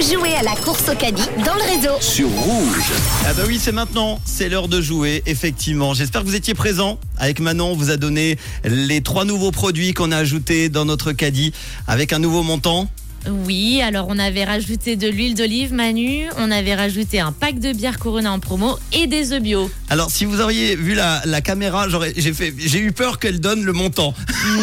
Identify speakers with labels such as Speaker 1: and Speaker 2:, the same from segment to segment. Speaker 1: Jouez à la course au caddie dans le réseau.
Speaker 2: sur Rouge.
Speaker 3: Ah bah oui, c'est maintenant, c'est l'heure de jouer, effectivement. J'espère que vous étiez présents. Avec Manon, on vous a donné les trois nouveaux produits qu'on a ajoutés dans notre caddie avec un nouveau montant.
Speaker 4: Oui, alors on avait rajouté de l'huile d'olive Manu, on avait rajouté un pack de bière Corona en promo et des œufs bio.
Speaker 3: Alors si vous auriez vu la, la caméra, j'aurais- j'ai fait- j'ai eu peur qu'elle donne le montant.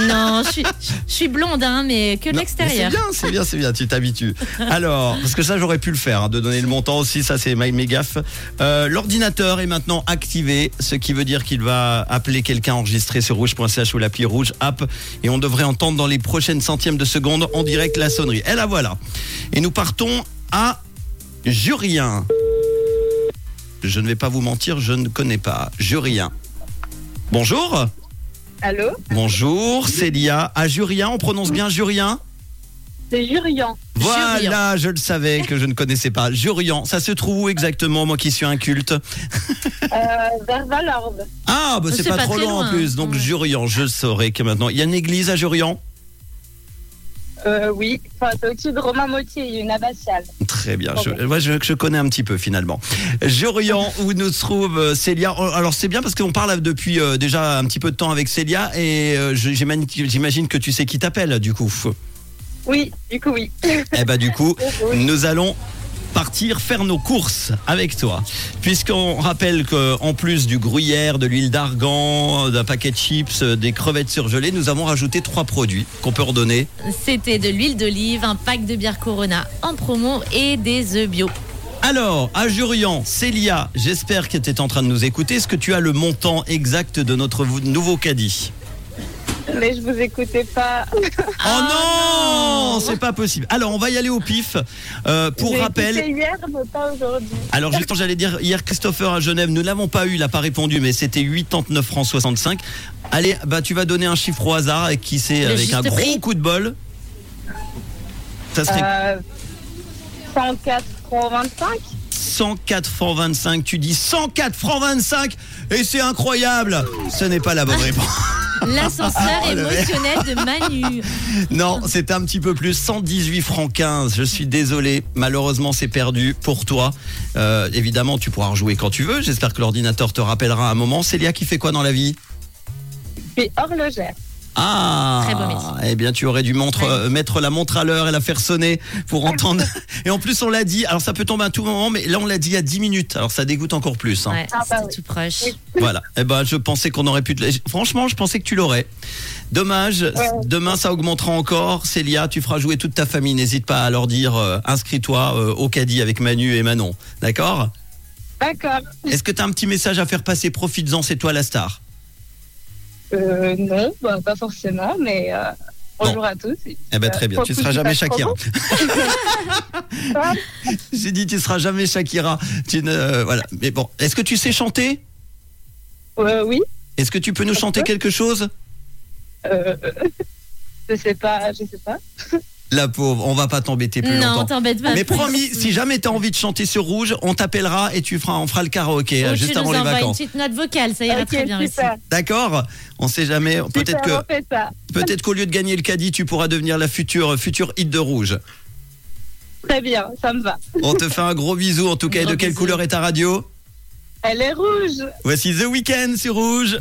Speaker 4: Non, je suis, je suis blonde, hein, mais que de
Speaker 3: Non,
Speaker 4: l'extérieur.
Speaker 3: mais C'est bien, c'est bien, c'est bien, tu t'habitues. Alors, parce que ça, j'aurais pu le faire, hein, de donner le montant aussi, ça, c'est ma- mes gaffes. Euh, L'ordinateur est maintenant activé, ce qui veut dire qu'il va appeler quelqu'un enregistré sur rouge.ch ou l'appli rouge app, et on devrait entendre dans les prochaines centièmes de seconde en direct la sonnerie. Et la voilà. Et nous partons à Jurien. Je ne vais pas vous mentir, je ne connais pas Jurien. Bonjour.
Speaker 5: Allô
Speaker 3: Bonjour, Célia. À Jurien, on prononce bien Jurien
Speaker 5: C'est Jurian.
Speaker 3: Voilà,
Speaker 4: Jurian.
Speaker 3: je le savais que je ne connaissais pas. Jurian, ça se trouve où exactement, moi qui suis inculte
Speaker 5: Euh, vers Valorbe.
Speaker 3: Ah, bah c'est pas, trop
Speaker 4: très
Speaker 3: loin en
Speaker 4: loin.
Speaker 3: plus. Donc
Speaker 4: Ouais.
Speaker 3: Jurian, je saurais que maintenant. Il y a une église à Jurian
Speaker 5: Euh, oui, enfin, c'est au-dessus de Romain Motier, il y a une abbatiale.
Speaker 3: Très bien, je, moi, je, je connais un petit peu finalement. Jurian, où nous se trouve euh, Célia Oh, Alors c'est bien parce qu'on parle depuis euh, déjà un petit peu de temps avec Célia et euh, je- j'imagine j'imagine que tu sais qui t'appelle du coup.
Speaker 5: Oui, du coup, oui.
Speaker 3: Eh bah du coup,
Speaker 5: Oui.
Speaker 3: nous allons partir faire nos courses avec toi. Puisqu'on rappelle qu'en plus du gruyère, de l'huile d'argan, d'un paquet de chips, euh, des crevettes surgelées, nous avons rajouté trois produits qu'on peut redonner.
Speaker 4: C'était de l'huile d'olive, un pack de bière Corona en promo et des œufs bio.
Speaker 3: Alors, à Jurian, Célia, j'espère que tu es en train de nous écouter. Est-ce que tu as le montant exact de notre vo- nouveau caddie
Speaker 5: Mais je vous écoutais pas.
Speaker 3: Oh non, C'est pas possible. Alors, on va y aller au pif. Euh, pour
Speaker 5: J'ai
Speaker 3: rappel,
Speaker 5: écouté hier, mais pas aujourd'hui.
Speaker 3: Alors juste quand j'allais dire hier Christopher à Genève, nous l'avons pas eu, il n'a pas répondu, mais c'était 89 francs 65. Allez, bah tu vas donner un chiffre au hasard et qui sait
Speaker 4: Le
Speaker 3: avec un
Speaker 4: juste
Speaker 3: gros
Speaker 4: prix.
Speaker 3: coup de bol. Ça serait
Speaker 5: Euh, 104 francs 25
Speaker 3: 104 francs 25. Tu dis 104 francs 25 et c'est incroyable. Ce n'est pas la bonne réponse.
Speaker 4: L'ascenseur
Speaker 3: Ah, le mec.
Speaker 4: émotionnel de Manu.
Speaker 3: Non, c'est un petit peu plus, 118 francs 15. Je suis désolé, malheureusement c'est perdu pour toi. Euh, évidemment, tu pourras rejouer quand tu veux. J'espère que l'ordinateur te rappellera un moment. Célia qui fait quoi dans la vie
Speaker 5: puis horlogère.
Speaker 3: Ah
Speaker 4: Très beau métier.
Speaker 3: Eh bien, tu aurais dû montre,
Speaker 4: Ouais.
Speaker 3: euh, mettre la montre à l'heure et la faire sonner pour entendre. et en plus, on l'a dit, alors ça peut tomber à tout moment, mais là, on l'a dit il y a 10 minutes, alors ça dégoûte encore plus. hein.
Speaker 4: Ouais,
Speaker 5: Ah, bah
Speaker 4: c'était
Speaker 5: oui.
Speaker 4: tout proche.
Speaker 3: Voilà. Eh ben, je pensais qu'on aurait pu... te la- Franchement, je pensais que tu l'aurais. Dommage, demain, ça augmentera encore. Célia, tu feras jouer toute ta famille. N'hésite pas à leur dire, euh, inscris-toi euh, au caddie avec Manu et Manon. D'accord
Speaker 5: D'accord.
Speaker 3: Est-ce que tu as un petit message à faire passer Profites-en, c'est toi la star.
Speaker 5: Euh, non, bah, pas forcément, mais euh, bonjour à tous.
Speaker 3: Eh
Speaker 4: Euh,
Speaker 3: ben, très bien.
Speaker 5: Faut
Speaker 3: Tu
Speaker 5: que
Speaker 3: seras
Speaker 5: tu
Speaker 3: jamais
Speaker 5: fasses
Speaker 3: Shakira.
Speaker 5: promo. Ah,
Speaker 3: J'ai dit tu seras jamais Shakira. Tu ne- euh, voilà. Mais bon, est-ce que tu sais chanter
Speaker 5: euh, oui,
Speaker 3: Est-ce que tu peux nous
Speaker 5: Un
Speaker 3: chanter
Speaker 5: peu.
Speaker 3: quelque chose
Speaker 5: euh, je sais pas, je sais pas.
Speaker 3: La pauvre, on va pas t'embêter plus
Speaker 4: Non,
Speaker 3: longtemps.
Speaker 4: t'embête pas.
Speaker 3: Mais
Speaker 4: plus.
Speaker 3: promis, si jamais t'as envie de chanter sur Rouge, on t'appellera et tu feras, on fera le karaoké
Speaker 4: Ou
Speaker 3: euh,
Speaker 4: tu
Speaker 3: juste
Speaker 4: nous
Speaker 3: avant les
Speaker 4: envoies
Speaker 3: vacances.
Speaker 4: une petite note vocale, ça ira
Speaker 5: Ok,
Speaker 4: très bien aussi.
Speaker 5: super.
Speaker 3: D'accord On sait jamais. Peut-être
Speaker 5: Super,
Speaker 3: que,
Speaker 5: on fait ça.
Speaker 3: peut-être qu'au lieu de gagner le caddie, tu pourras devenir la future, euh, future hit de Rouge.
Speaker 5: Très bien, ça me va.
Speaker 3: On te fait un gros bisou en tout cas. Et
Speaker 4: Gros
Speaker 3: de quelle
Speaker 4: bisou.
Speaker 3: couleur est ta radio
Speaker 5: Elle est rouge.
Speaker 3: Voici The Weeknd sur Rouge.